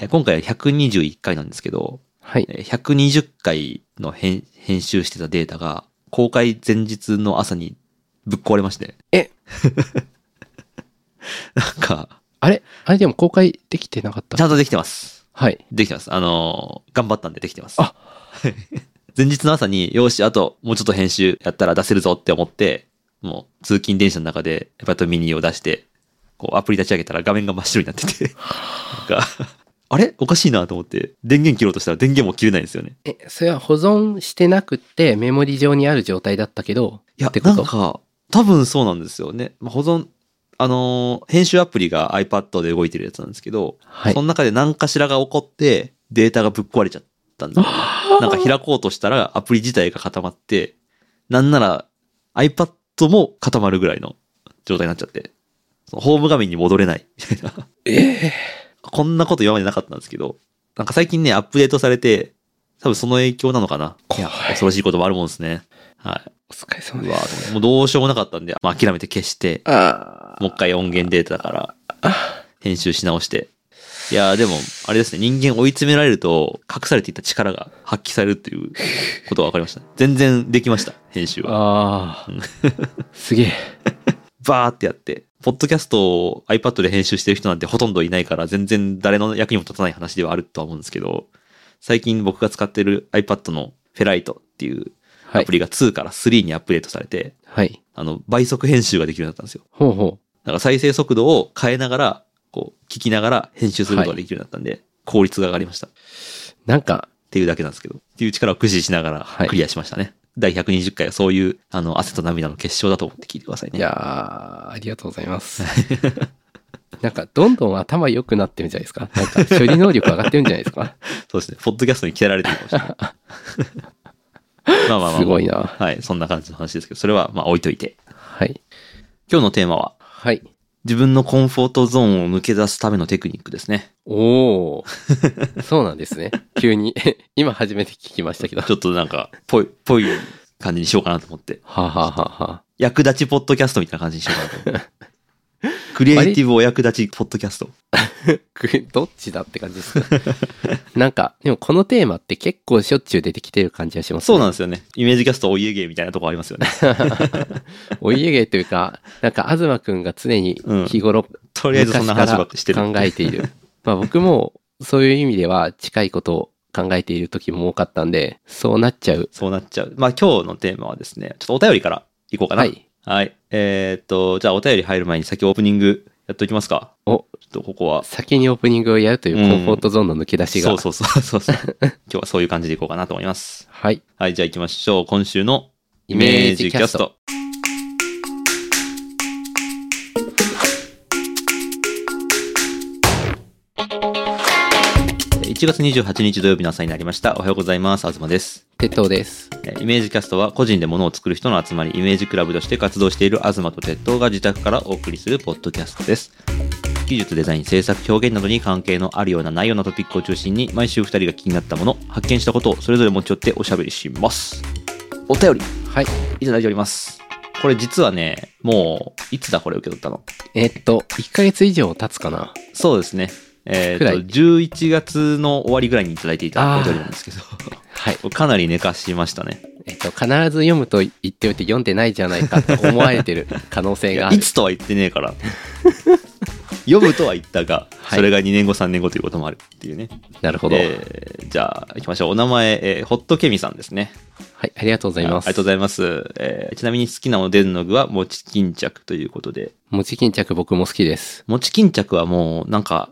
えー今回は121回なんですけど、はい。えー120回の編編集してたデータが、公開前日の朝にぶっ壊れまして。え なんか、あれあれでも公開できてなかっちゃた。んとできてます。はい。できてます。あのー頑張ったんでできてます。あ 前日の朝に、よし、あともうちょっと編集やったら出せるぞって思って、もう通勤電車の中で iPad mini を出して、こうアプリ立ち上げたら画面が真っ白になって て、なんか、あれおかしいなと思って、電源切ろうとしたら電源も切れないんですよね。え、それは保存してなくってメモリ上にある状態だったけど、いや、ってことなんか、多分そうなんですよね。まあ、保存、あのー編集アプリが iPad で動いてるやつなんですけど、はいそ。の中で何かしらが起こって、データがぶっ壊れちゃったん ですよねなんか開こうとしたらアプリ自体が固まって、なんなら iPad も固まるぐらいの状態になっちゃって、そのホーム画面に戻れないみたいな。えこんなこと今までなかったんですけど、なんか最近ね、アップデートされて、多分その影響なのかな。怖い恐ろしいこともあるもんですね。はい。お疲れ様うでわす。もうどうしようもなかったんで、まあ、諦めて消して、あもう一回音源データだから、編集し直して。いやーでも、あれですね、人間追い詰められると、隠されていた力が発揮されるということが分かりました。全然できました、編集ーは。あー。すげえ。バーってやって。ポッドキャストを iPad で編集してる人なんてほとんどいないから、全然誰の役にも立たない話ではあるとは思うんですけど、最近僕が使ってる iPad のフェライトっていうはアいプ。リが2から3にアップデートされて、はい。あの、倍速編集ができるようになったんですよ。ほうほだから再生速度を変えながら、こう、聞きながら編集することができるようになったんで、効率が上がりました。っう。なんか、ていうだけなんですけど。っていう力を駆使しながはらいクリアしましたね。第120回はそういう、あの、汗と涙の結晶だと思って聞いてくださいね。いやー、ありがとうございます。 なんか、どんどん頭良くなってるんじゃないですか。なんか、処理能力上がってるんじゃないです か。そうですね。ポッドキャストに鍛えられてるかもしれ ない。まあまあまあ。すごいなはい。そんな感じの話ですけど、それはまあ置いといて。はい。今日のテーマは、はい。自分のコンフォートゾーンを抜け出すためのテクニックです ね。おー。 そうなんですね。急に。 今初めて聞きましたけど。はちょっとなんか、ぽい、ぽい感じにしようかなと思って。あ、はあはあはあ、役立ちポッドキャストみたいな感じにしようかなと思 って。クリエイティブお役立ちポッドキャスト。くどっちだって感じですか なんか、でもこのテーマって結構しょっちゅう出てきてる感じがします、そうなんんですよね。イメージキャストお家芸みたいなとこありますよね。お家芸というか、なんか東くんが常に日頃、とりあえずそんな話ばっかりしてる。昔から考えている。まあ僕もそういう意味では近いことを考えている時も多かったんで、そうなっちゃう。そうなっちゃう。まあ今日のテーマはですね、ちょっとお便りからいこうかな。は。い。はい。えーっと、じゃあお便り入る前に先オープニングやっておきますか。お、ちょっとここは。先にオープニングをやるというコンフォートゾーンの抜け出しが。そうそうそうそう そう。今日はそういう感じでいこうかなと思います。はい。はい、じゃあ行きましょう。今週のイイメメーージジキキャャスストト。 1月28日土曜日の朝になりました。おはようございます。東です。鉄塔です。えーイメージキャストは個人で物を作る人の集まり、イメージクラブとして活動している東と鉄塔が自宅からお送りするポッドキャストです。技術、デザイン、制作、表現などに関係のあるようなないようなトピックを中心に、毎週2人が気になったもの、発見したことをそれぞれ持ち寄っておしゃべりします。お便りはい。いただいております。これ実はね、もう、いつだこれ受け取ったのえっと、1ヶ月以上経つかな。そうですね。えっとくらい11月の終わりぐらいにいただいていたお便りなんですけ ど、はい。かなり寝かしましたね。えっと、必ず読むと言っておいて読んでないじゃないかと思われてる可能い性がやあるい。つとは言ってねえ から。読むとは言ったが、はいそれが2年後3年後ということもあるっていうね。なるほど。はい。えーじゃあ、行きましょう。お名前、えーホットケミさんですね。ありがとうございます。ありがとうございます。えーちなみに好きなおでんの具は餅巾着ということで、餅巾着僕も好きです。餅巾着はもうなんか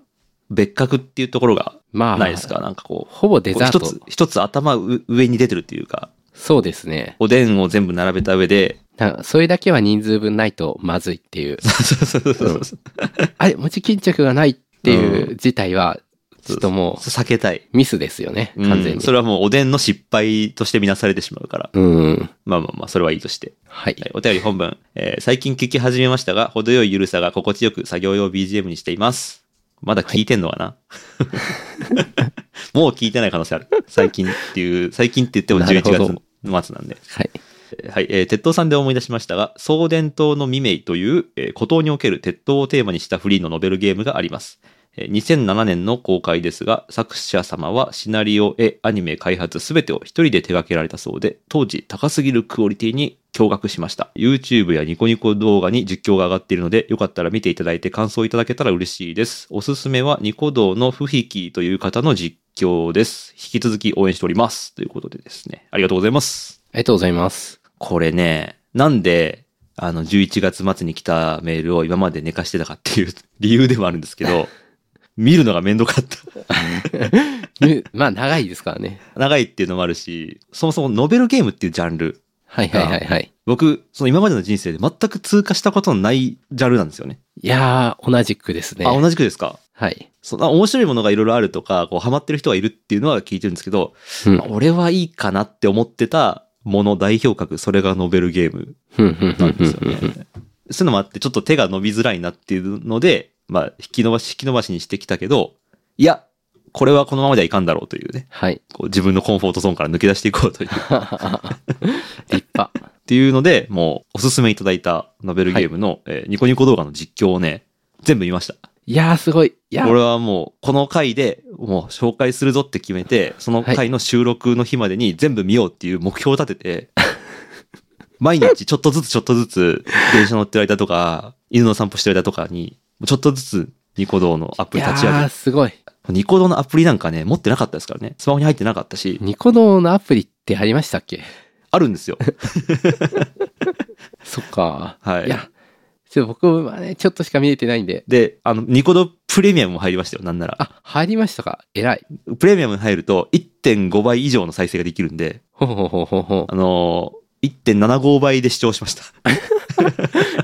別格っていうところがまあ、ないですかなんかこう、ほぼデこうザー一トつ。、一つ頭う上に出てるっていうか、そうですね。おでんを全部並べた上で、なそれだけは人数分ないとまずいっていう。そうそうそうそう。 あれ、餅巾着がないっていう事態は、ちょっとも避けたい。う、ミスですよね。うん完全に。それはもうおでんの失敗としてみなされてしまうから。うん。まあまあまあ、それはいいとして。はいは。いお便り本文、えー最近聞き始めましたが、程よい緩さが心地よく作業用 BGM にしています。まだ聞いてんのかな、 もう聞いてない可能性ある。最近っていう、最近って言ってもなるほど11月末なんで。はい。えーはい、えー鉄塔さんで思い出しましたが、送電塔の未明という、えー孤島における鉄塔をテーマにしたフリーのノベルゲームがあります。えー2007年の公開ですが、作者様はシナリオ、絵、アニメ開発すべてを一人で手掛けられたそうで、当時高すぎるクオリティに驚愕しました。YouTube やニコニコ動画に実況が上がっているので、よかったら見ていただいて感想いただけたら嬉しいです。おすすめはニコ動のフヒキーという方の実況です。引き続き応援しております。ということでですね、ありがとうございます。ありがとうございます。これね、なんで、あの、11月末に来たメールを今まで寝かしてたかっていう 理由でもあるんですけ ど、見るのがめんどかった。ねまあ、長いですからね。長いっていうのもあるし、そもそもノベルゲームっていうジャンル、はいはいはいはい。僕、その今までの人生で全く通過したことのないジャンルなんですよね。いやー、同じくですね。あ、同じくですかはい。そんな面白いものがいろいろあるとか、こう、ハマってる人がいるっていうのは聞いてるんですけど、うんまあ俺はいいかなって思ってたもの代表格、それがノベルゲームふんふんふなんんふでんすよふんね。そういうのもあって、ちょっと手が伸びづらいなっていうので、まあ、引き伸ばし、引き伸ばしにしてきたけど、いや、これはこのままではいかんだろうというね、はい。こう自分のコンフォートゾーンから抜け出していこうという、っ立派。ていうので、もう、おすすめいただいたノベルゲームの、えーニコニコ動画の実況をね、全部見ました。いやー、すごい。いやー、俺はもう、この回で、もう紹介するぞって決めて、その回の収録の日までに全部見ようっていう目標を立てて、 毎日ちょっとずつちょっとずつ、電車乗ってる間とか、犬の散歩してる間とかに、ちょっとずつニコ動のアプいリや立ち上ー、げ、すごい。ニコ動のアプリなんかね、持ってなかったですからね。スマホに入ってなかったし、ニコ動のアプリってありましたっけあるんですよ。そっか。はいいや、ちょっと僕はね、ちょっとしか見えてないんで。で、あの、ニコ動プレミアムも入りましたよ、なんなら。あ、入りましたか偉い。プレミアムに入ると1.5倍以上の再生ができるんで、ほほほほほ。あのー1.75倍で視聴しました。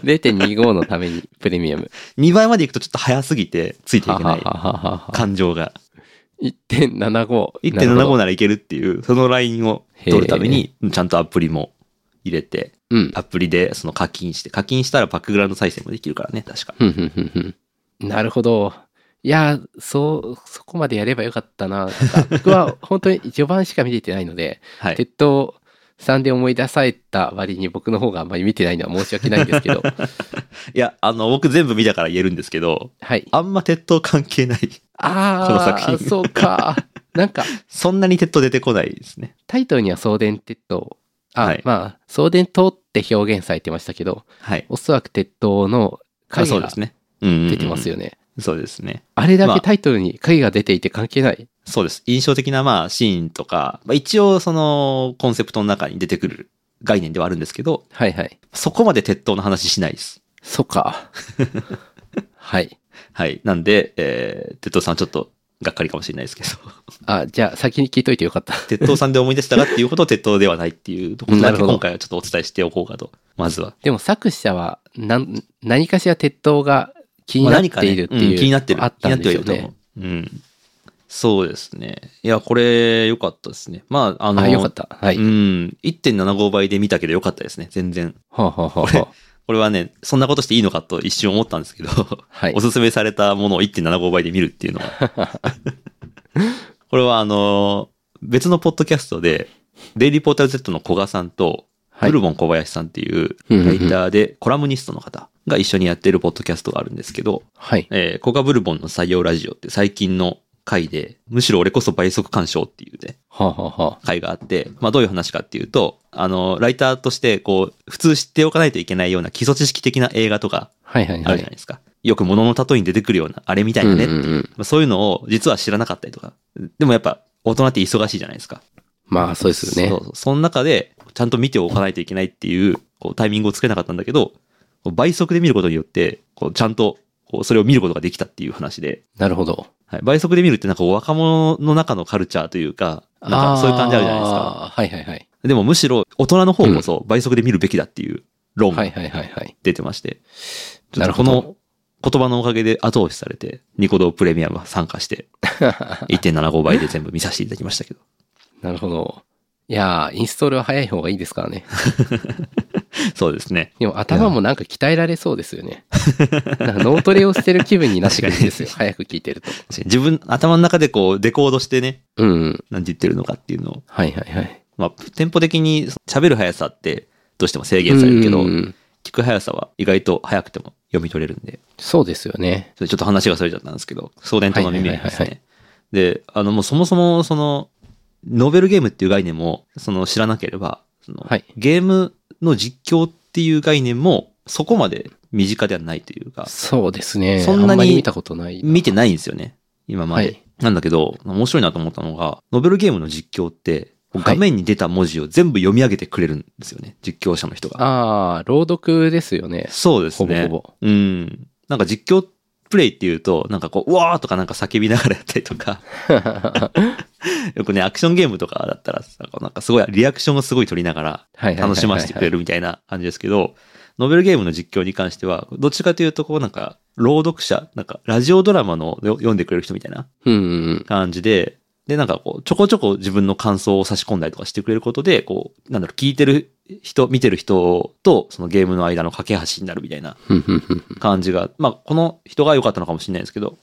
0.25のためにプレミアム。 2倍まで行くとちょっと早すぎてついていけないはははは感情が。 1.75。なるほ1.75どならいけるっていう、そのラインを取るために、ちゃんとアプリも入れて、うん。アプリでその課金して、課金したらバックグラウンド再生もできるからね、確か。ふんふんふんふん。なるほど。いやー、そう、そこまでやればよかったな。なんか僕は本当に序盤しか見れてないので、はい。鉄塔さんで思い出された割に僕の方があんまり見てないのは申し訳ないんです けど、いや、あの、僕全部見たから言えるんですけど、はい。あんま鉄塔関係ない。 このあ作あ、品そう か。なんか、そんなに鉄塔出てこないですね。タイトルには送電鉄塔。あ、はいまあ、送電塔って表現されてましたけど、はい。おそらく鉄塔のあ影そうがですね。うんうんうん出てますよね。そうですね。あれだまあけタイトルに影が出ていて関係ない。そうです。印象的な、まあ、シーンとか、まあ、一応、その、コンセプトの中に出てくる概念ではあるんですけど、はいはい。そこまで鉄塔の話しないです。そっ か。はい。はい。なんで、えー、鉄塔さんちょっと、がっかりかもしれないですけど、 あ、じゃあ先に聞いといてよかった。鉄塔さんで思い出したがっていうことを鉄塔ではないっていうところだなるけほど今回はちょっとお伝えしておこうかと。まずは。でも作者は何、何かしら鉄塔が気にまあなっ何かてねいるってうんいう。気になってる。あったんですよ気になっね。てはいると思う。うん。そうですね。いや、これ、良かったですね。まあ、あの、あ、よかった。はい。うはん。1.75倍で見たけど良かったですね。全然。あはあはあはあこれはね、そんなことしていいのかと一瞬思ったんですけど、はいおすすめされたものを1.75倍で見るっていうのは。 これはあのー、別のポッドキャストで、デイリーポータル Z の古賀さんと、はいブルボン小林さんっていううんうんうラんイターでコラムニストの方が一緒にやってるポッドキャストがあるんですけど、はい。えー、古賀ブルボンの採用ラジオって最近の回で、むしろ俺こそ倍速鑑賞っていうね、はあはあはあ会があって、まあどういう話かっていうと、あの、ライターとして、こう、普通知っておかないといけないような基礎知識的な映画とかはいはいあはるじゃないい。ですか。よく物の例えに出てくるような、あれみたいなねっていうう、んうんうんまあそういうのを実は知らなかったりとか。でもやっぱ、大人って忙しいじゃないですか。まあ、そうですよそねう。そうその中で、ちゃんと見ておかないといけないっていう、こう、タイミングをつけなかったんだけど、こう倍速で見ることによって、こう、ちゃんと、こう、それを見ることができたっていう話で、なるほど。はい、倍速で見るってなんか若者の中のカルチャーというか、なんかそういう感じあるじゃないですか。あー。はいはいはい。でもむしろ大人の方こそ倍速で見るべきだっていう論はがいはいはいはい。出てまして、ちょっとなるこほどの言葉のおかげで後押しされて、ニコ動プレミアムは参加して、1.75倍で全部見させていただきましたけど。 なるほど。いやー、インストールは早い方がいいですからね。そうですね。でも頭もなんか鍛えられそうですよ ね。なんか脳トレをしてる気分になってくるんですよ。早く聞いてると。確かに自分、頭の中でこうデコードしてね、うんうん。何て言ってるのかっていうのを、はいはいはい。まあ、テンポ的にその喋る速さってどうしても制限されるけど、うんうん聞く速さは意外と速くても読み取れるんで、そうですよね。それちょっと話がそれちゃったんですけど、送電塔の耳はいではいはいすはいね。で、あの、もうそもそも、その、ノベルゲームっていう概念も、その、知らなければ、そのはいゲームの実況っていう概念も、そこまで身近ではないというか、そうですね。そんなにあまり見たことない。見てないんですよね、今まで。はいなんだけど、面白いなと思ったのが、ノベルゲームの実況って、はい画面に出た文字を全部読み上げてくれるんですよね、実況者の人が。ああ、朗読ですよね。そうですね。ほぼ ほうん。なんか実況プレイっていうと、なんかこう、うわーとかなんか叫びながらやったりとか、 はいよくね、アクションゲームとかだったら、なんかすごい、リアクションをすごい取りながら、はいはいはいはい楽しませてくれるみたいな感じですけど、ノベルゲームの実況に関しては、どっちかというと、こうなんか、朗読者、なんか、ラジオドラマのよ読んでくれる人みたいなうんうん。感じで、で、なんかこう、ちょこちょこ自分の感想を差し込んだりとかしてくれることで、こう、なんだろう、聞いてる人、見てる人と、そのゲームの間の架け橋になるみたいなふんふんふんふん感じが、まあ、この人が良かったのかもしれないですけど、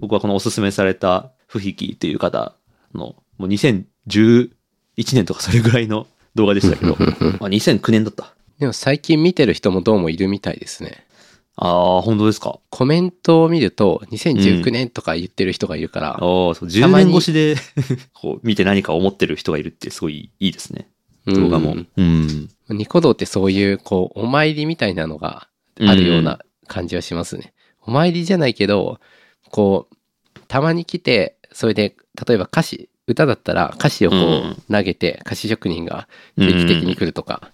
僕はこのおすすめされた不引きという方の、もう2011年とかそれぐらいの動画でしたけ ど、あ2009年だった。でも最近見てる人もどうもいるみたいですね。ああ、本当ですか。コメントを見ると、2019年とか言ってる人がいるから、ああ、そう、た10ま年に越しで、 こう、見て何か思ってる人がいるってすごいいいですね。うん動画も。うん。ニコ動ってそういう、こう、お参りみたいなのがあるような感じはしますね。お参りじゃないけど、こう、たまに来て、それで、例えば歌詞、歌だったら歌詞をこうんう投げて、歌詞職人が定期的に来るとか、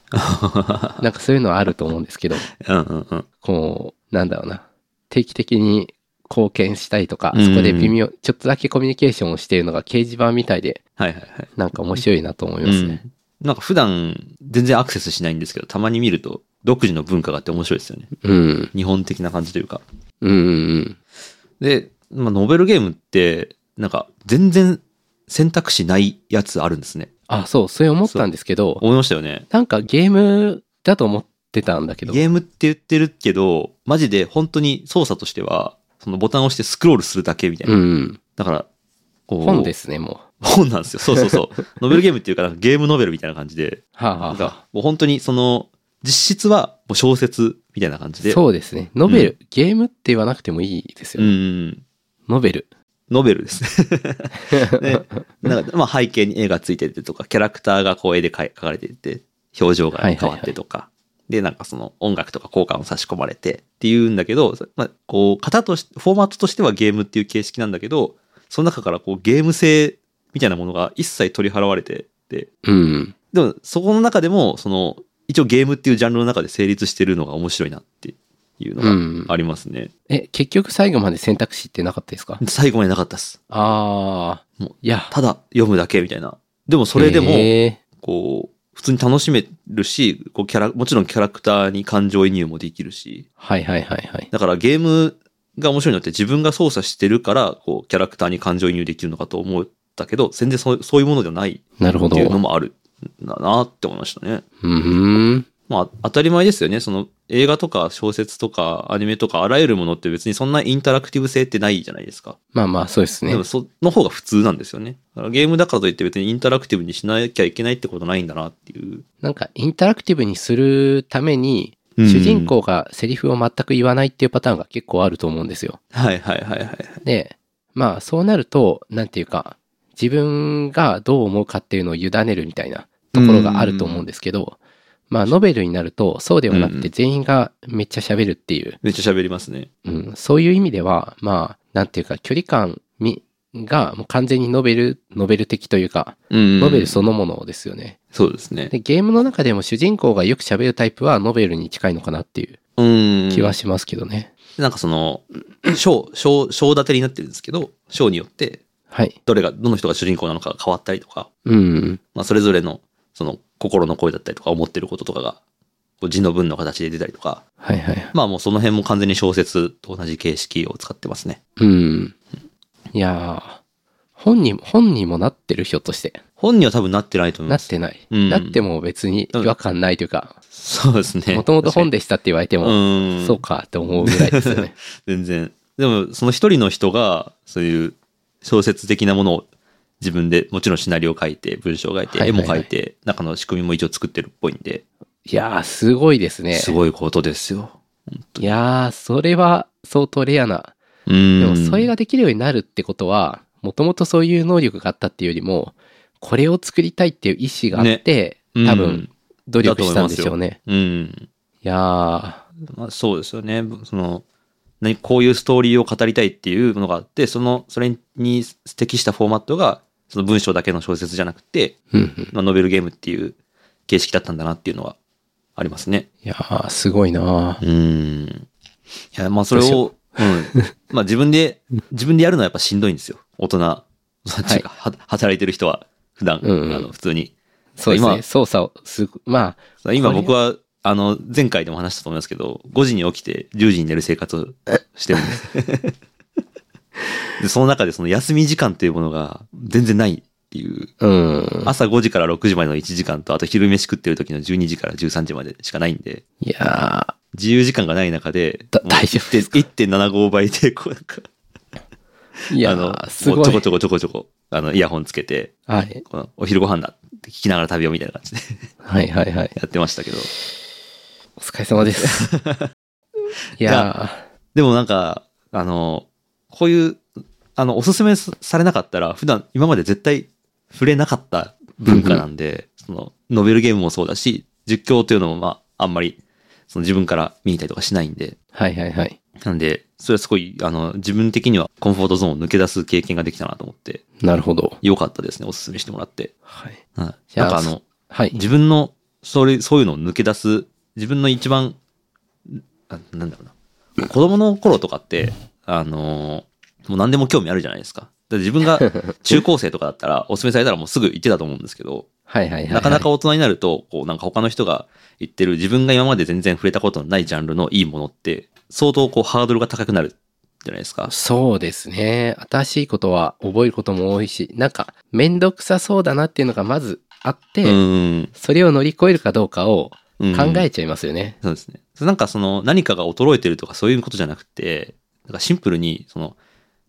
なんかそういうのはあると思うんですけど、うん うんうん。こう、なんだろうな、定期的に貢献したりとか、うんそこで微妙、ちょっとだけコミュニケーションをしているのが掲示板みたいで、はいはいはい。なんか面白いなと思いますね。うん。なんか普段全然アクセスしないんですけど、たまに見ると独自の文化があって面白いですよね。うん。日本的な感じというか。うん。うん。で、まあ、ノベルゲームって、なんか全然選択肢ないやつあるんですね。あ、そう、それ思ったんですけど、思いましたよね。なんかゲームだと思ってたんだけど。ゲームって言ってるけど、マジで本当に操作としては、そのボタンを押してスクロールするだけみたいな。うん。だから、こう本で。すね、もう。本なんですよ。そうそう そう。ノベルゲームっていうか、なんかゲームノベルみたいな感じで、はあ、なんはあかもう本当にその、実質はもう小説みたいな感じで。そうですね。ノベル、ゲームって言わなくてもいいですうよ。ん。ノベル。ノベルですね。 でなんかまあ背景に絵がついててとか、キャラクターがこう絵で描い描かれてて、表情が変わってとか、で、なんかその音楽とか効果を差し込まれてっていうんだけど、まあ、こう、型としフォーマットとしてはゲームっていう形式なんだけど、その中からこうゲーム性みたいなものが一切取り払われてて、うん。でもそこの中でも、その、一応ゲームっていうジャンルの中で成立してるのが面白いなっていううのんが。ありますね。え、結局最後まで選択肢ってなかったですか最後までなかったっす。ああもう。いや。ただ読むだけみたいな。でもそれでも、えこう、普通に楽しめるし、こうキャラ、もちろんキャラクターに感情移入もできるし、ーはいはいはいはい。だからゲームが面白いのって自分が操作してるから、こう、キャラクターに感情移入できるのかと思ったけど、全然そうそういうものじゃないなるほっど。ていうのうもあるんだなって思いましたね。ーん。まあ、当たり前ですよね。その映画とか小説とかアニメとかあらゆるものって別にそんなインタラクティブ性ってないじゃないですか。まあまあ、そうですねで。もその方が普通なんですよね。だからゲームだからといって別にインタラクティブにしなきゃいけないってことないんだなっていう。なんか、インタラクティブにするために、うん主人公がセリフを全く言わないっていうパターンが結構あると思うんですよ。はいはいはいはい。で、まあそうなると、なんていうか、自分がどう思うかっていうのを委ねるみたいなところがあると思うんですけど、まあノベルになるとそうではなうくんうて全員がめっちゃ喋るっていう、めっちゃ喋りますね。うん、そういう意味では、まあなんていうか距離感みがもう完全にノベル、ノベル的というか、うんノベルそのものですよね。そうですね。で、ゲームの中でも主人公がよく喋るタイプはノベルに近いのかなっていううん。気はしますけどね。なんかその、章、章、章立てになってるんですけど、章によって、はい。どれが、どの人が主人公なのかが変わったりとか、うん。まあ、それぞれの、その、心の声だったりとか、思ってることとかが、こう字の文の形で出たりとか、はいはい。まあもうその辺も完全に小説と同じ形式を使ってますね。うん。いやー、本に、本にもなってるひょっとして。本には多分なってないと思いなまっす。てない。うんなっても別に違和感ないというか、そうですね。もともと本ででしたって言われても、うん。そうかって思うぐらいですよね。 全然。でも、その一人の人が、そういう小説的なものを自分で、もちろんシナリオを書いて、文章を書いて、はい絵はいはもい書いて、中の仕組みも一応作ってるっぽいんで、いやー、すごいですね。すごいことですよ。いやー、それは相当レアな。うん。でも、それができるようになるってことは、もともとそういう能力があったっていうよりも、これを作りたいっていう意思があって、うん多分、努力したんでしょうね。うん。いやまあ、そうですよね。その、何こういうストーリーを語りたいっていうものがあって、その、それに適したフォーマットが、その文章だけの小説じゃなくて、ー、うんうんまあ、ノベルゲームっていう形式だったんだなっていうのはありますね。いやー、すごいなーうん。いや、まあそれどうしを、うん。まあ自分で、自分でやるのはやっぱしんどいんですよ。大人、そっちが、 は働いてる人は、普段、うんうんあの普通に。そうです今ね。操作をすご、まあ、今これ僕は、あの、前回でも話したと思いますけど、5時に起きて10時に寝る生活をしてるんです。 で、その中でその休み時間というものが全然ないっていう、うん。朝5時から6時までの1時間と、あと昼飯食ってる時の12時から13時までしかないんで、いや自由時間がない中で、だもう大丈夫ですか 1.- 1.75倍で、こうなんか、ー、いやあの、ー、すもごうちょいこ。ちょこちょこちょこ、あの、イヤホンつけて、はい。このお昼ご飯だって聞きながら食べようみたいな感じで はいはいはい。やってましたけど。お疲れ様です。 いじやでもなんか、あの、こういう、あの、おすすめされなかったら、普段、今まで絶対触れなかった文化なんで、その、ノベルゲームもそうだし、実況というのも、まあ、あんまり、その自分から見に行ったりとかしないんで、ー、はいはいはい。なんで、それはすごい、あの、自分的にはコンフォートゾーンを抜け出す経験ができたなと思って、なるほど。良かったですね、おすすめしてもらって。はい。はい。じゃなんあかあの、はい。自分の、それ、そういうのを抜け出す、自分の一番、あなんだろうな。子供の頃とかって、あのーもう何でも興味あるじゃないですか。だから自分 が中高生とかだったら、お勧めされたらもうすぐ行ってたと思うんですけど、はいはいはい。なかなか、大人になると、こう、なんか他の人が言ってる、自分が今まで全然触れたことのないジャンルのいいものって、相当こう、ハードルが高くなるじゃないですか。そうですね。新しいことは覚えることも多いし、なんか、めんどくさそうだなっていうのがまずあって、うん。それを乗り越えるかどうかをうん考えちゃいますよね。そうですね。なんかその何かが衰えてるとかそういうことじゃなくて、なんかシンプルにその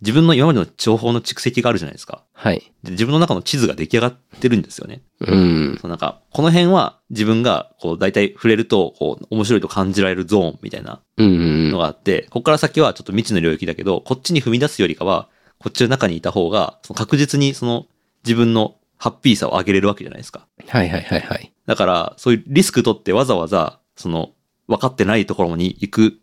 自分の今までの情報の蓄積があるじゃないですか。はい。で自分の中の地図が出来上がってるんですよね。うん。そのなんか、この辺は自分がこう大体触れるとこう面白いと感じられるゾーンみたいなうんうのん。があって、ここから先はちょっと未知の領域だけど、こっちに踏み出すよりかは、こっちの中にいた方がその確実にその自分のハッピーさを上げれるわけじゃないですか。はいはいはいはい。だから、そういうリスク取ってわざわざ、その、分かってないところに行く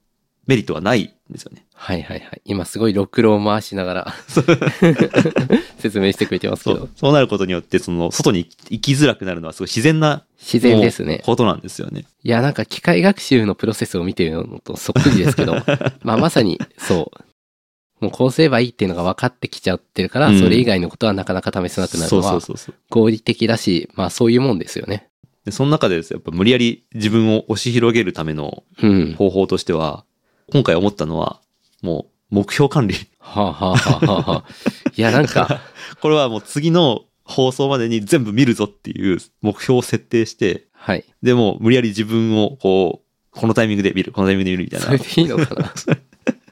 メリットはないんですよ ね。はいはいはい。今すごいろくろを回しながら 説明してくれてますそけどう。そうなることによって、その、外に行きづらくなるのはすごい自然な自然ですね。ことなんですよね。いや、なんか機械学習のプロセスを見てるのとそっくりですけ ど、まあまさにそう。もうこうすればいいっていうのが分かってきちゃってるから、うんそれ以外のことはなかなか試せなくなるそのうそうはそうそう。合理的だし、まあそういうもんですよね。で、その中でですねやっぱ無理やり自分を押し広げるためのうん。方法としては、今回思ったのは、もう、目標管理。 はあ、はあはあはあはあ、いや、なんか、これはもう次の放送までに全部見るぞっていう目標を設定して、はい。でも、無理やり自分を、こう、このタイミングで見る、このタイミングで見るみたいなそれ。でいいのかな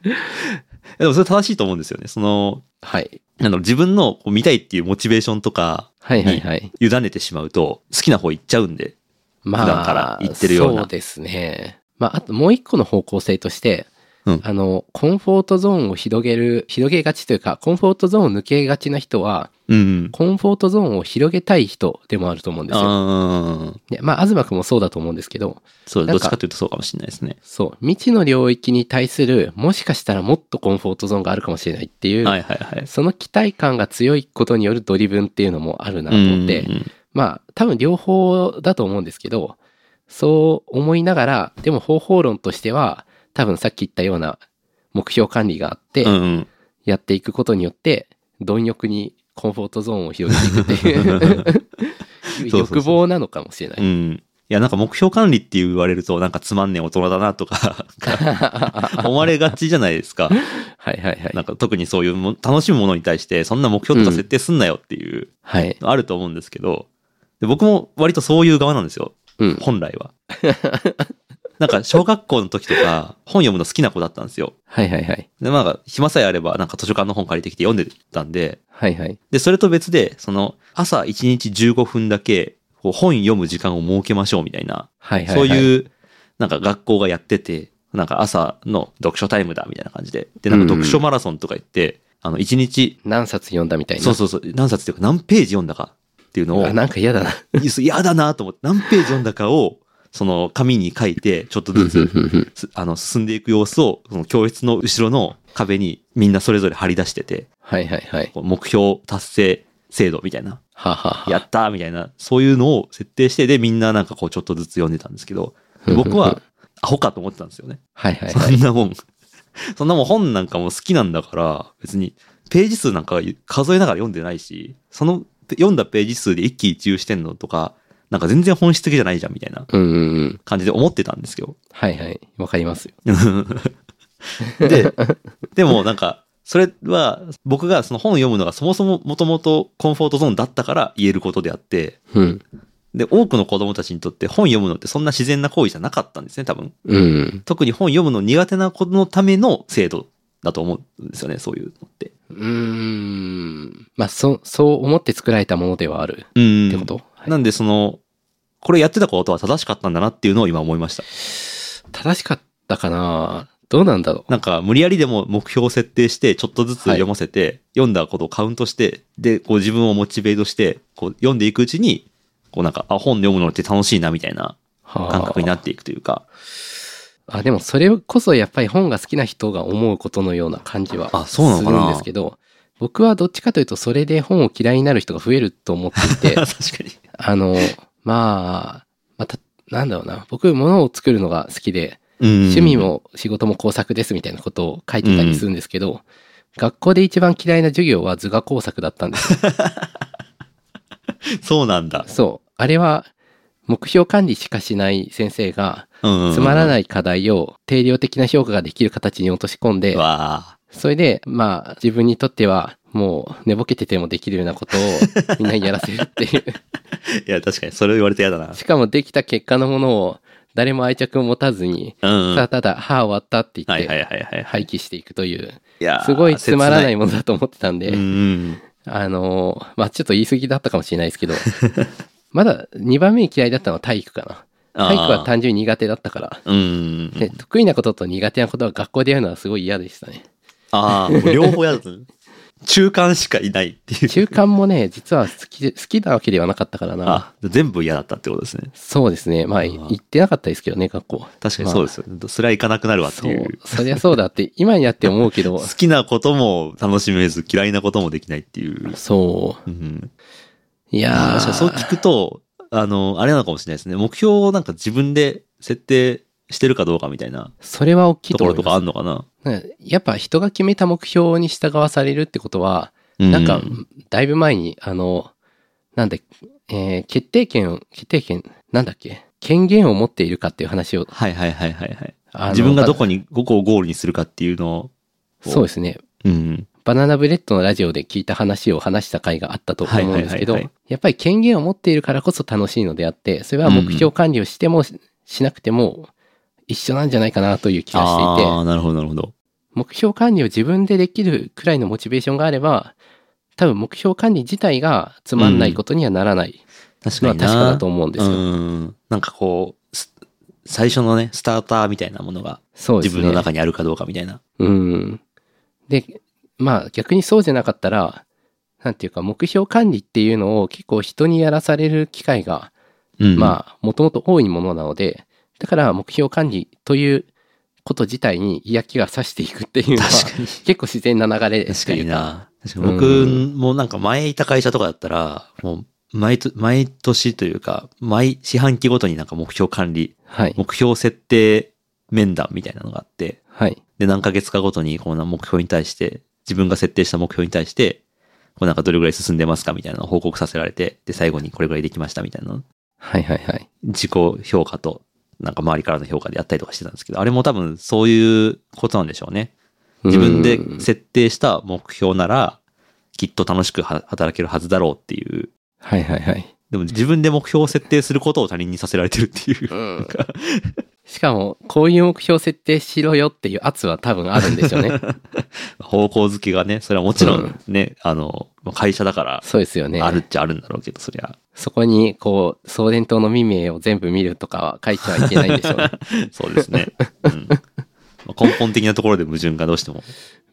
でもそれ正しいと思うんですよね。その、はい。なんだろう、自分のこう見たいっていうモチベーションとか、はいはいはい。委ねてしまうと、好きな方行っちゃうんで。まあ、普段から言ってるようなそうですね。まあ、あともう一個の方向性として、うんあの、コンフォートゾーンを広げる、広げがちというか、コンフォートゾーンを抜けがちな人は、うん。コンフォートゾーンを広げたい人でもあると思うんですよ。ああ、でまあ、東くんもそうだと思うんですけど、そう、などんかっちかというとそうかもしれないですね。そう、未知の領域に対する、もしかしたらもっとコンフォートゾーンがあるかもしれないっていう、はいはいはい。その期待感が強いことによるドリブンっていうのもあるなと思って、うんうんうんまあ、多分両方だと思うんですけど、そう思いながら、でも方法論としては、多分さっき言ったような目標管理があって、うんうん。やっていくことによって、貪欲にコンフォートゾーンを広げていくっていう、そうそうそう欲望なのかもしれなうい。ん。いや、なんか目標管理って言われると、なんかつまんねえ大人だなと か、思われがちじゃないですか。はいはいは。ないんか特にそういうも楽しむものに対して、そんな目標とか設定すんなよっていう、はい。あると思うんですけど、で僕も割とそういう側なんですよ。うん。本来は。 なんか小学校の時とか本読むの好きな子だったんですよ。はいはいはい。で、まあ暇さえあればなんか図書館の本借りてきて読んでたんで、はいはい。で、それと別で、その朝1日15分だけこう本読む時間を設けましょうみたいな、はいはい、そはうい。う。いう、なんか学校がやってて、なんか朝の読書タイムだみたいな感じで。で、なんか読書マラソンとか言って、あの、一日、何冊読んだみたいな。そうそうそう、何冊っていうか何ページ読んだかっていうのを あ、、なんか嫌だな。嫌だなと思って、何ページ読んだかを、その紙に書いて、ちょっとずつすあの、進んでいく様子を、その教室の後ろの壁にみんなそれぞれ張り出してて、はいはいはい。こう目標達成制度みたいな、はあはあはあやったーみたいな、そういうのを設定して、で、みんななんかこうちょっとずつ読んでたんですけど、で僕うんうんうはアホかと思ってたんですよね。はいはいはそんい。なもん。 そんなもん本なんかも好きなんだから、別にページ数なんか数えながら読んでないし、その読んだページ数で一喜一憂してんのとか、なんか全然本質的じゃないじゃんみたいなうんうんうん。感じで思ってたんですよ。はいはい。わかりますよ。 で、でもなんか、それは僕がその本を読むのがそもそももともとコンフォートゾーンだったから言えることであって、うん。で、多くの子供たちにとって本読むのってそんな自然な行為じゃなかったんですね、多分。うん。特に本読むの苦手な子のための制度だと思うんですよね、そういうのって。うーん。まあ、そ、そう思って作られたものではあるうん。ってこと、はいなんでその、これやってたことは正しかったんだなっていうのを今思いました。正しかったかなどうなんだろなんか無理やりでも目標を設定してちょっとずつ読ませて、読んだことをカウントしてでこう自分をモチベートしてこう読んでいくうちにこうなんかあ本読むのって楽しいなみたいなうはあ感覚になっていくというかあ、でもそれこそやっぱり本が好きな人が思うことのような感じはあすそうなのるかなんですけど、僕はどっちかというとそれで本を嫌いになる人が増えると思っていて、 確かにあの、まあ、また、なんだろうな、僕物を作るのが好きで、趣味も仕事も工作ですみたいなことを書いてたりするんですけど、学校で一番嫌いな授業は図画工作だった んですよ。そうなんだ、そう。あれは目標管理しかしない先生が、つまらいない課題を定量的な評価ができる形に落とし込んで、わあそれで、まあ、自分にとっては、もう、寝ぼけててもできるようなことを、みんなにやらせるっ ていう。 いや確かにそれを言われて嫌だなしかも、できた結果のものを、誰も愛着を持たずに、うん、うん、ただはいただ、はあ、終わったって言はっいはいて、はいはい廃棄していくという、いやーすごいつまらない切ものだと思ってたんないうんで、うんあのー、まあ、ちょっと言い過ぎだったかもしれないですけど、 まだ、2番目に嫌いだったのは体育かな。あー体育は単純に苦手だったから。うんで得意なことと苦手なことは学校でやるのはすごい嫌でした ね。ああもう両方やだと中間しかいないっていう中間もね、実は好きで、好きなわけではなかったからな。あ全部嫌だったってことですねそうですね。まあ、うん行ってなかったですけどね、学校。。確かにそうですすよ、それは行かなくなるわってそいうう。そりゃそうだって、今になって思う けど好、きなことも楽しめず嫌いなこともできないっていう、そう。うん、いやあー。そう聞くとあのあれなのかもしれないですね目標をなんか自分で設定してるかどうかみたいなそれは大きいとところ思いとかまあんすのかななんかやっぱ人が決めた目標に従わされるってことは、なんかう、だいぶ前に、あの、なんだ、えー決定権を、決定権、なんだっけ権限を持っているかっていう話を、はいはいはいはいはいあの自分がどばこに5個をゴールにするかっていうのをそうですね。うんバナナブレッドのラジオで聞いた話を話した回があったと思うんですけど、はいはいはいはやっぱり権限を持っているからこそ楽しいのであって、それは目標管理をしてもししなくても一緒なんじゃないかなという気がしていあて、あなるほどなるほど目標管理を自分でできるくらいのモチベーションがあれば、多分目標管理自体がつまんないことにはならない確かのはに確なかだと思うんですよ。うんなんかこうす最初のねスターターみたいなものがそうで自すね。分の中にあるかどうかみたいなうん。で、まあ逆にそうじゃなかったら、なんていうか目標管理っていうのを結構人にやらされる機会がうんまあ、もともと多いものなので、だから目標管理ということ自体に嫌気がさしていくっていうのは、確かに結構自然な流れ確とかいにうか。な。確かに僕もなんか前いた会社とかだったら、もう毎と毎年というか、毎四半期ごとになんか目標管理、はい。目標設定面談みたいなのがあって、はい。で、何ヶ月かごとにこんな目標に対して、自分が設定した目標に対して、こうなんかどれぐらい進んでますかみたいなのを報告させられて、で、最後にこれぐらいできましたみたいな、はいはいはい。自己評価と、なんか周りからの評価でやったりとかしてたんですけど、あれも多分そういうことなんでしょうね。自分でうん設定した目標なら、きっと楽しくは働けるはずだろうっていう。はいはいはい。でも自分で目標を設定することを他人にさせられてるって いう。なんかしかも、こういう目標設定しろよっていう圧は多分あるんでしょ うね。方向づけがね、それはもちろうんね、あの、まあ会社だから、そうですよね。あるっちゃあるんだろうけど、そりゃ。そこに、こう、送電灯の未明を全部見るとかは書いてはいけないんでしょう ね。そうですね。うんまあ根本的なところで矛盾がどうしても。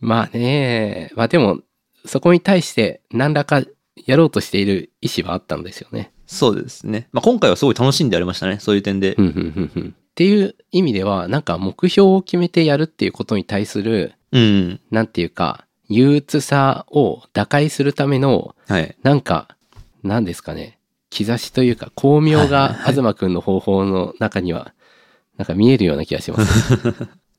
まあね、まあでも、そこに対して何らかやろうとしている意思はあったんですよね。そうですね。まあ、今回はすごい楽しんでやりましたね。そういう点でう。んうんうんうんっていう意味では、なんか目標を決めてやるっていうことに対する、うん。なんていうか、憂鬱さを打開するための、はい。なんか、なんですかね、兆しというか、巧妙はいが東くんの方法の中には、なんか見えるような気がし ます。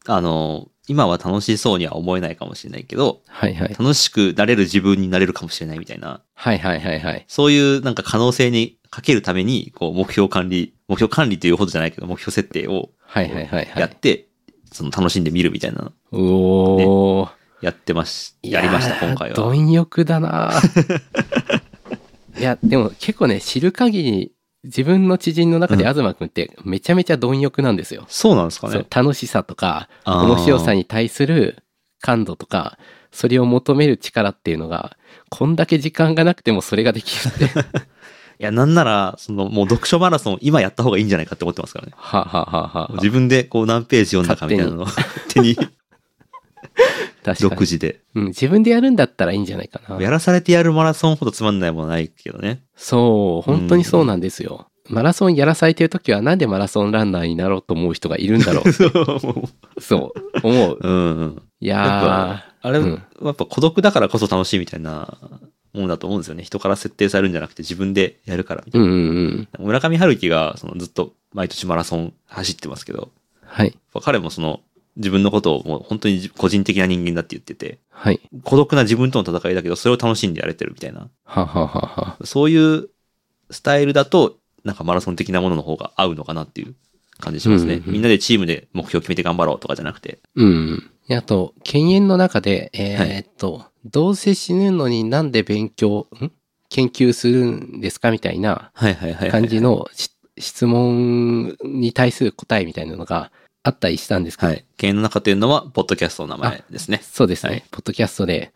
あの、今は楽しそうには思えないかもしれないけど、はいはい。楽しくなれる自分になれるかもしれないみたいな、はいはいはいはい。そういうなんか可能性にかけるために、こう、目標管理、目標管理というほどじゃないけど、目標設定をはいはいはいはやっい。て、その楽しんでみるみたいなのうおー。やってまし、やりました、いやー今回は。貪欲だな ーいや、でも結構ね、知る限り、自分の知人の中で東くんってめちゃめちゃ貪欲なんですよ。そうなんですかそうね。楽しさとか、あー面白さに対する感度とか、それを求める力っていうのが、こんだけ時間がなくてもそれができるっ て。はいや、なんなら、その、もう読書マラソン、今やった方がいいんじゃないかって思ってますからね。あはあはあはあ自分でこう何ページ読んだかみたいなのを手に 確か独に、自で。うん。自分でやるんだったらいいんじゃないかな。やらされてやるマラソンほどつまんないものはないけどね。そう、本当にそうなんですよ。マラソンやらされてるときは、なんでマラソンランナーになろうと思う人がいるんだろ う。そう、思う。うんうん。いややっぱ、あれ、うんやっぱ孤独だからこそ楽しいみたいなものだと思うんですよね。人から設定されるんじゃなくて自分でやるからみたー、いうんうんうん。な。村上春樹がそのずっと毎年マラソン走ってますけど、はい。彼もその自分のことをもう本当に個人的な人間だって言ってて、はい。孤独な自分との戦いだけどそれを楽しんでやれてるみたいな。はははは。そういうスタイルだと、なんかマラソン的なものの方が合うのかなっていう感じしますね。うんうんうんみんなでチームで目標決めて頑張ろうとかじゃなくて。うん。であと、犬猿の中で、えーはいえっと、どうせ死ぬのになんで勉強、ん研究するんですかみたいなはいはいはい、感じのし質問に対する答えみたいなのがあったりしたんですけど、はい。経営の中というのは、ポッドキャストの名前ですね。そうですね、はいポッドキャストで。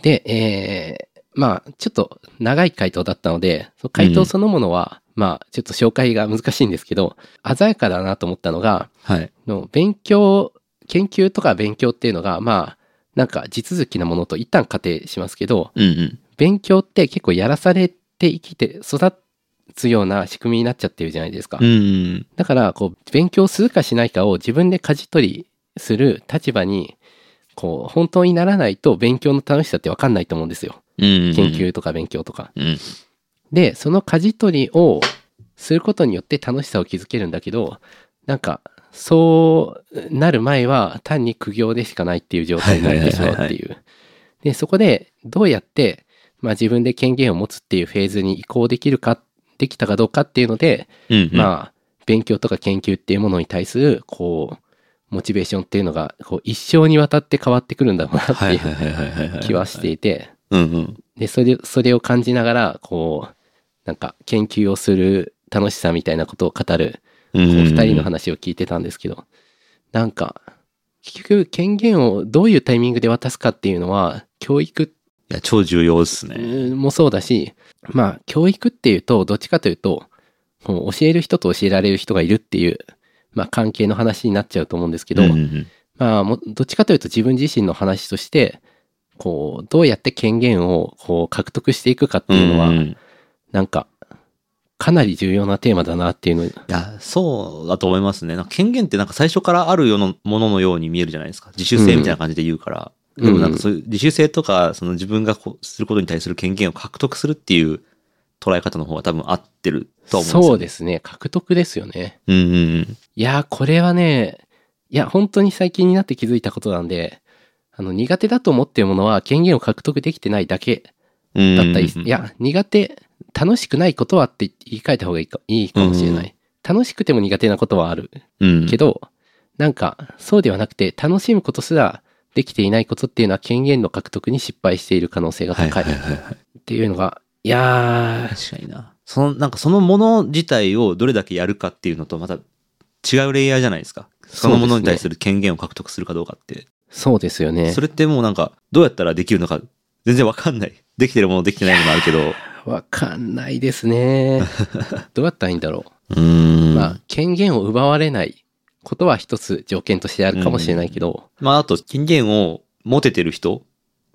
で、えーまあ、ちょっと長い回答だったので、その回答そのものは、まあ、ちょっと紹介が難しいんですけど、鮮やかだなと思ったのが、はい。の勉強、研究とか勉強っていうのが、まあ、なんか地続きなものと一旦仮定しますけど、うんうん。勉強って結構やらされて生きて育つような仕組みになっちゃってるじゃないですか。うんうん。だから、こう、勉強するかしないかを自分で舵取りする立場に、こう、本当にならないと勉強の楽しさってわかんないと思うんですよ。うんうん。研。究とか勉強とか。うん。で、その舵取りをすることによって楽しさを築けるんだけど、なんか、そうなる前は単に苦行でしかないっていう状態になってしまうはっいはいてはいいう。で、そこでどうやって、まあ自分で権限を持つっていうフェーズに移行できるか、できたかどうかっていうので、うん、うん。あ、まあ、勉強とか研究っていうものに対する、こう、モチベーションっていうのが、こう、一生にわたって変わってくるんだろうなってはいいはいうはいはいはいはい。気はして。いて、うんうん。で、それ、それを感じながら、こう、なんか、研究をする楽しさみたいなことを語る、うこんううんうん二人の話を聞いてたんですけど、なんか、結局、権限をどういうタイミングで渡すかっていうのは、教育いや、超重要ですね。もそうだし、まあ、教育っていうと、どっちかというと、こう教える人と教えられる人がいるっていう、まあ、関係の話になっちゃうと思うんですけど、うんうんうんまあ、もどっちかというと自分自身の話として、こう、どうやって権限をこう獲得していくかっていうのは、うんうんいなんか、かなり重要なテーマだなっていうの、や、そうだと思いますね。なんか権限ってなんか最初からあるようなもののように見えるじゃないですか。自主性みたいな感じで言うから。うんでもなんかそういう自主性とか、その自分がこうすることに対する権限を獲得するっていう捉え方の方が多分合ってると思うんですよ、ね。そうですね、獲得ですよね。うんうんうん。いやー、これはね、いや、本当に最近になって気づいたことなんで、あの、苦手だと思っているものは権限を獲得できてないだけうんだったり、い、や、苦手、楽しくないことはって言い換えた方がいいかいいかもしれない。うんう楽しくても苦手なことはあるうん、けど、なんか、そうではなくて、楽しむことすらできていないことっていうのは権限の獲得に失敗している可能性がはい高はいいはいはい。っていうのが、いやー、確かにな。その、なんかそのもの自体をどれだけやるかっていうのとまた違うレイヤーじゃないですか。そのものに対する権限を獲得するかどうかって。そうですよそ,、ね。 れってもうなんか、どうやったらできるのか全然わかんない。できてるもの、できてないものあるけど、わかんないで すね。どうやったらいいんだろうー う。ん。まあ、権限を奪われないことは一つ条件としてあるかもしれないけど、まあ、あと、権限を持ててる人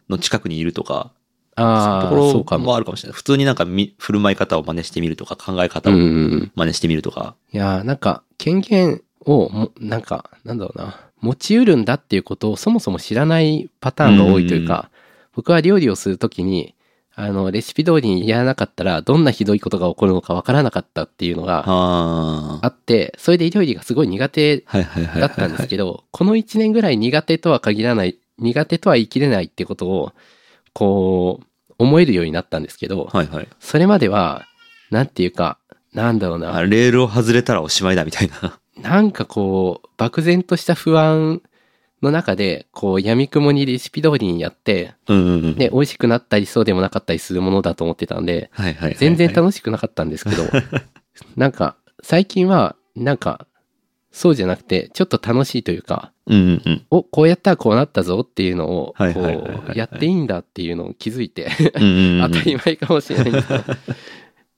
の近くにいるとか、ああ、そういうそとうこかろもも。あるかもしれない。普通になんかみ振る舞い方を真似してみるとか、考えう方んをうんうん。真似してみるとか。いやー、なんか、権限をも、なんか、なんだろうな、持ち得るんだっていうことをそもそも知らないパターンが多いというか、僕は料理をするときに、あの、レシピ通りにやらなかったら、どんなひどいことが起こるのかわからなかったっていうのがはあって、それで料理がすごい苦手はいはいはいだったんですけど、この1年ぐらい苦手とは限らない、苦手とは言い切れないってことを、こう、思えるようになったんですけど、はいはい。それまでは、なんていうか、なんだろうな、あレールを外れたらおしまいだみたいな。 なんかこう、漠然とした不安の中で、こう、闇雲にレシピ通りにやって、うんうんうん。で、美味しくなったりそうでもなかったりするものだと思ってたんで、はいはいはいはい。全然楽しくなかったんですけ ど、なんか、最近は、なんか、そうじゃなくて、ちょっと楽しいというか、うんうんうん。お、こうやったらこうなったぞっていうのを、こ、はいはいはいはいはいうやっていいんだっていうのを気づいて、うんうんう当んたり前かもしれないんです けど、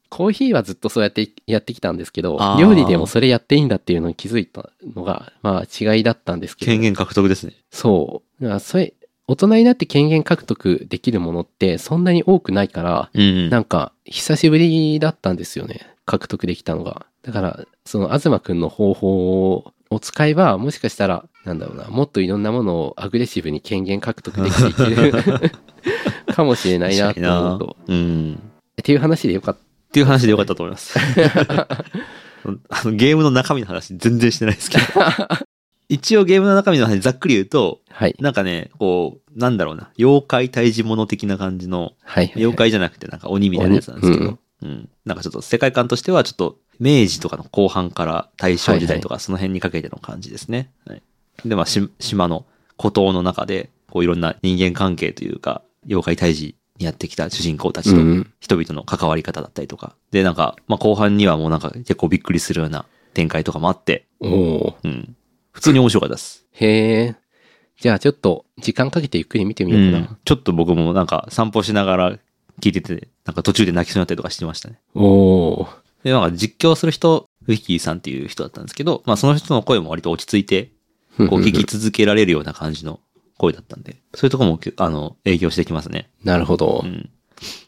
コーヒーはずっとそうやってやってきたんですけどあ、ー料理でもそれやっていいんだっていうのに気づいたのが、まあ違いだったんですけ権ど、限獲得ですね。そう。だからそれ、大人になって権限獲得できるものってそんなに多くないから、うんうん。なんか久しぶりだったんですよね。獲得できたのが。だから、その東くんの方法を使えば、もしかしたら、なんだろうな、もっといろんなものをアグレッシブに権限獲得できていける かもしれないなと思うと。確かになうん。っていう話でよかっっていう話でよかったと思います。あのゲームの中身の話全然してないですけど。一応ゲームの中身の話ざっくり言うと、た。はい。なんかね、こう、なんだろうな、妖怪退治者的な感じの、はいはいはい。妖怪じゃなくてなんか鬼みたいなやつなんですけ鬼ど、うん。なんかちょっと世界観としてはちょっと明治とかの後半から大正時代とかその辺にかけての感じですね。はいで、まあし島の孤島の中で、こういろんな人間関係というか、妖怪退治にやってきた主人公たちとうん人々の関わり方だったりとか。で、なんか、まあ後半にはもうなんか結構びっくりするような展開とかもあって、うん。おーうん。普通に面白かったです。へえ。じゃあちょっと時間かけてゆっくり見てみうようかんな。。ちょっと僕もなんか散歩しながら聞いてて、なんか途中で泣きそうになったりとかしてましたね。おお。で、なんか実況する人、ウィッキーさんっていう人だったんですけど、まあその人の声も割と落ち着いて、こう聞き続けられるような感じの声だったんで、そういうとこも、あの、営業してきますね。なるほどう。ん。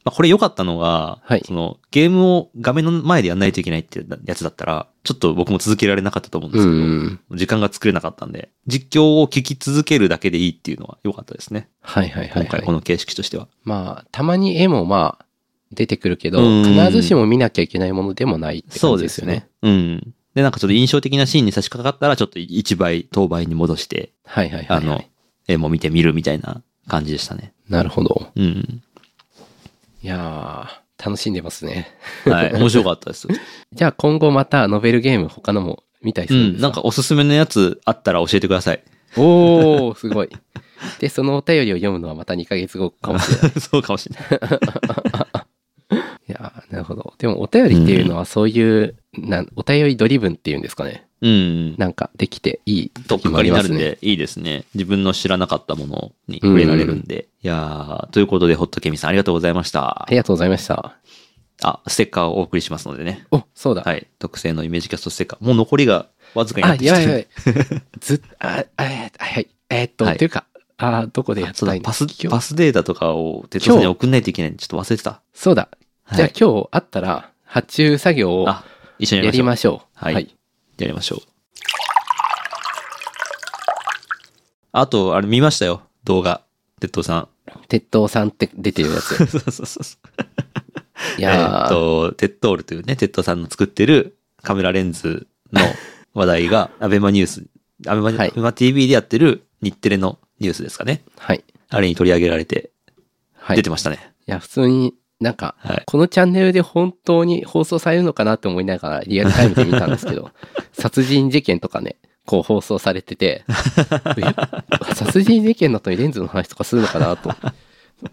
まあこれ良かったのが、はいそのゲームを画面の前でやんないといけないってやつだったら、ちょっと僕も続けられなかったと思うんでうすけど、ん。時間が作れなかったんで、実況を聞き続けるだけでいいっていうのは良かったですね。はいはいは今い、は回いこ。の形式としては。まあ、たまに絵もまあ、出てくるけど、うん必ずしも見なきゃいけないものでもないって感じですよね。。うん。で、なんかちょっと印象的なシーンに差し掛かったら、ちょっと1倍、当倍に戻して、はいはいはあい、はのい。、絵も見てみるみたいな感じでしたね。なるほど。うん。いやー、楽しんでますね。はい。面白かった です。じゃあ今後またノベルゲーム他のも見たりうするんん。ですなんかおすすめのやつあったら教えてください。おおすごい。で、そのお便りを読むのはまた2ヶ月後かもしれない。そうかもしれない。いやーなるほど。でもお便りっていうのはそういう、なんお便りドリブンっていうんですかね。 うん。なんかできていいとっ時かもかありりになまするんね。で、いいですね。自分の知らなかったものに触れられるんで。いやー、ということで、ホットケミさんありがとうございましたあ。りがとうございました。あ、ステッカーをお送りしますのでね。お、そうだ。はい。特製のイメージキャストステッカー。もう残りがわずかになあ、ってきやてばいるやばい。 ずっあ、あ、はい、はい。えーっと、はいというか、あー、どこでやあっそうただい、のパス、今パ日スデータとかを手帳に送んないといけない。ちょっと忘れてた。そうだ。じはゃあい今日あったら、発注作業をあ、一緒にややりりましょう。ましょう。はいやりましょう。あと、あれ見ましたよ。動画。鉄道さん。鉄塔さんって出てる やつ。そうそうそう。 いえーやっー、と、テッドールというね、テッドさんの作ってるカメラレンズの話題 が、アベマニュース、アベマ、はいアベマ TV でやってる日テレのニュースですかね。はい。あれに取り上げられて、はい。出いてましたね。や、普通になんか、はい。このチャンネルで本当に放送されるのかなって思いながらリアルタイムで見たんです けど、殺人事件とかね、こう放送され てて、え殺人事件の後にレンズの話とかするのかなと。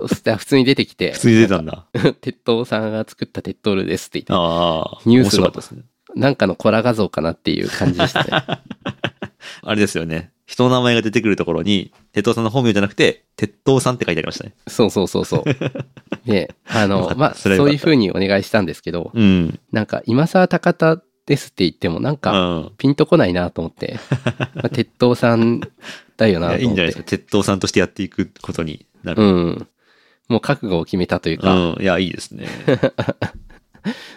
そしたら普通に出てきて普、通に出たんだ。鉄塔さんが作った鉄塔ルですって言っああ。 ニュース面白のかったですね。 て、なんかのコラ画像かなっていう感じでしたね。あれですよね。人の名前が出てくるところに、鉄道さんの本名じゃなくて、鉄道さんって書いてありましたね。そうそうそうそう。で、あよかのっ、たまあ、そそうれはよかいっうた風にお願いしたんですけど、うん。なんか、今沢高田ですって言っても、なんうか、ん。ピンとこないなと思って、 まあ、鉄道さんだよいなやといいん思っじゃないですてか。。鉄道さんとしてやっていくことになうる。ん。もう覚悟を決めたといううか、ん。いや、いいです ね。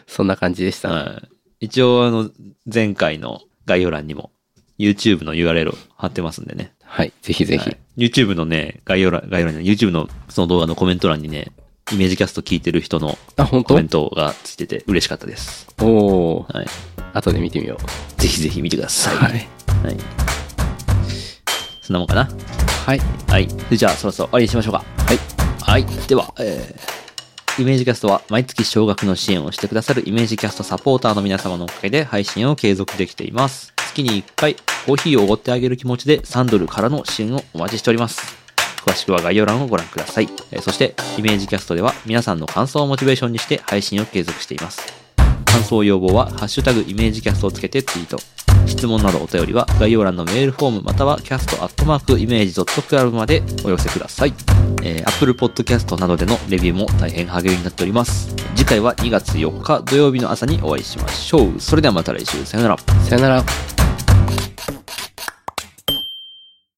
そんな感じでした。はい。一応、あの、前回の概要欄にも、YouTube の URL を貼ってますんでね。はい。ぜひぜひ。はい YouTube のね、概要欄、概要欄に、YouTube のその動画のコメント欄にね、イメージキャスト聞いてる人のあ、本コ当メントがついてて嬉しかったです。おお。はい。後で見てみよう。ぜひぜひ見てください。はい。はい。そんなもんかな。はい。はい。それじゃあ、そろそろ終わりにしましょうか。はい。はい。では、えーイメージキャストは毎月少額の支援をしてくださるイメージキャストサポーターの皆様のおかげで配信を継続できています。月に1回、コーヒーをおごってあげる気持ちで3ドルからの支援をお待ちしております。詳しくは概要欄をご覧ください。えーそして、イメージキャストでは皆さんの感想をモチベーションにして配信を継続しています。感想要望は、ハッシュタグイメージキャストをつけてツイート。質問などお便りは概要欄のメールフォームまたはキャストアットマークイメージドットクラブまでお寄せください。えー、Apple Podcast などでのレビューも大変励みになっております。次回は2月4日土曜日の朝にお会いしましょう。それではまた来週。さよなら。さよなら。